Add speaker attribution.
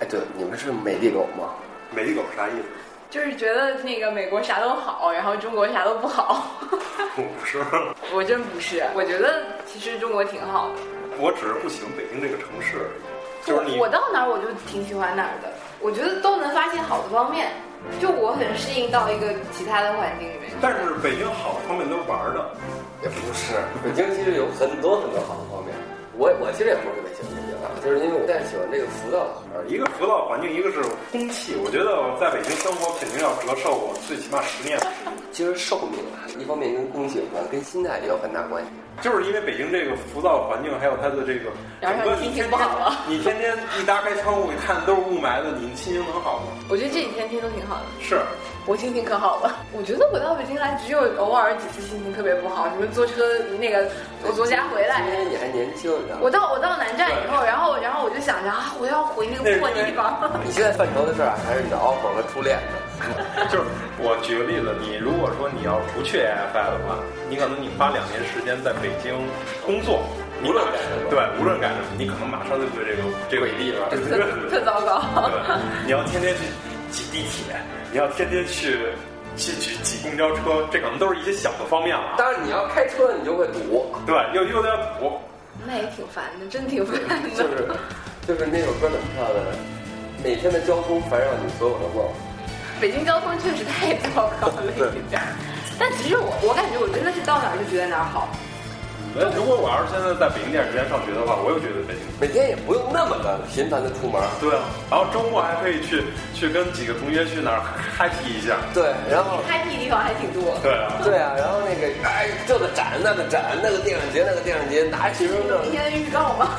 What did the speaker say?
Speaker 1: 哎，对，你们是美丽狗吗？
Speaker 2: 美丽狗啥意思？
Speaker 3: 就是觉得那个美国啥都好，然后中国啥都不好。
Speaker 2: 我不是，
Speaker 3: 我真不是，我觉得其实中国挺好的。
Speaker 2: 我只是不喜欢北京这个城市而已。就是你
Speaker 3: 我我到哪儿我就挺喜欢哪儿的，我觉得都能发现好的方面。就我很适应到一个其他的环境里面。
Speaker 2: 但是北京好的方面都是玩儿的，
Speaker 1: 也不是，
Speaker 4: 北京其实有很多很多好的方面。我我其实也不是特别喜欢北京啊，就是因为我太喜欢这个啊浮躁。
Speaker 2: 呃一个浮躁环境，一个是空气。我觉得我在北京生活肯定要折寿我最起码十年。
Speaker 4: 其实寿命啊，一方面跟空气有关，跟心态也有很大关系。
Speaker 2: 就是因为北京这个浮躁环境，还有它的这个
Speaker 3: 然
Speaker 2: 整
Speaker 3: 后
Speaker 2: 个
Speaker 3: 心
Speaker 2: 你
Speaker 3: 情
Speaker 2: 天
Speaker 3: 不
Speaker 2: 天
Speaker 3: 好了。
Speaker 2: 你天天一打开窗户一看都是雾霾的，你心情能好吗？
Speaker 3: 我觉得这几天天都挺好的，
Speaker 2: 是，
Speaker 3: 我心情可好了。我觉得我到北京来只有偶尔几次心情特别不好，什么坐车那个，我昨家回来
Speaker 4: 今，天你还年轻，你知道
Speaker 3: 我
Speaker 4: 吗？
Speaker 3: 到我到南站以后，然后然后我就想着啊，我要回那个破地方。
Speaker 4: 你现在犯愁的事儿啊还是你的 offer 和初恋呢。
Speaker 2: 就是我举个例子，你如果说你要不去 AFI 的话，你可能你花两年时间在北京工作，无论
Speaker 4: 干什么
Speaker 2: 对，无论干什么，你可能马上就对这个这个
Speaker 4: 鬼地方
Speaker 2: 对对 对
Speaker 3: 特糟糕，
Speaker 2: 对，你要天天去挤地铁，你要天天去去去挤公交车，这可能都是一些小的方面了。啊
Speaker 4: 当然你要开车，你就会 堵，
Speaker 2: 对，又又要补，
Speaker 3: 那也挺烦的，真挺烦的。
Speaker 4: 就是就是那首歌怎么唱的？每天的交通烦扰你所有的梦。
Speaker 3: 北京交通确实太糟糕了一点儿， 但其实我我感觉我真的是到哪儿就觉得哪儿好。
Speaker 2: 那如果我要是现在在北京电视学院上学的话，我又觉得北京。
Speaker 4: 每天也不用那么的频繁的出门。
Speaker 2: 对啊，然后周末还可以去去跟几个同学去哪儿 happy 一下。
Speaker 4: 对，然后
Speaker 3: happy 的地方还挺多，
Speaker 2: 对啊，
Speaker 4: 对啊，然后那个哎，这个展那个展，那个电影节那个电影节，拿学生证
Speaker 3: 明天的预告嘛。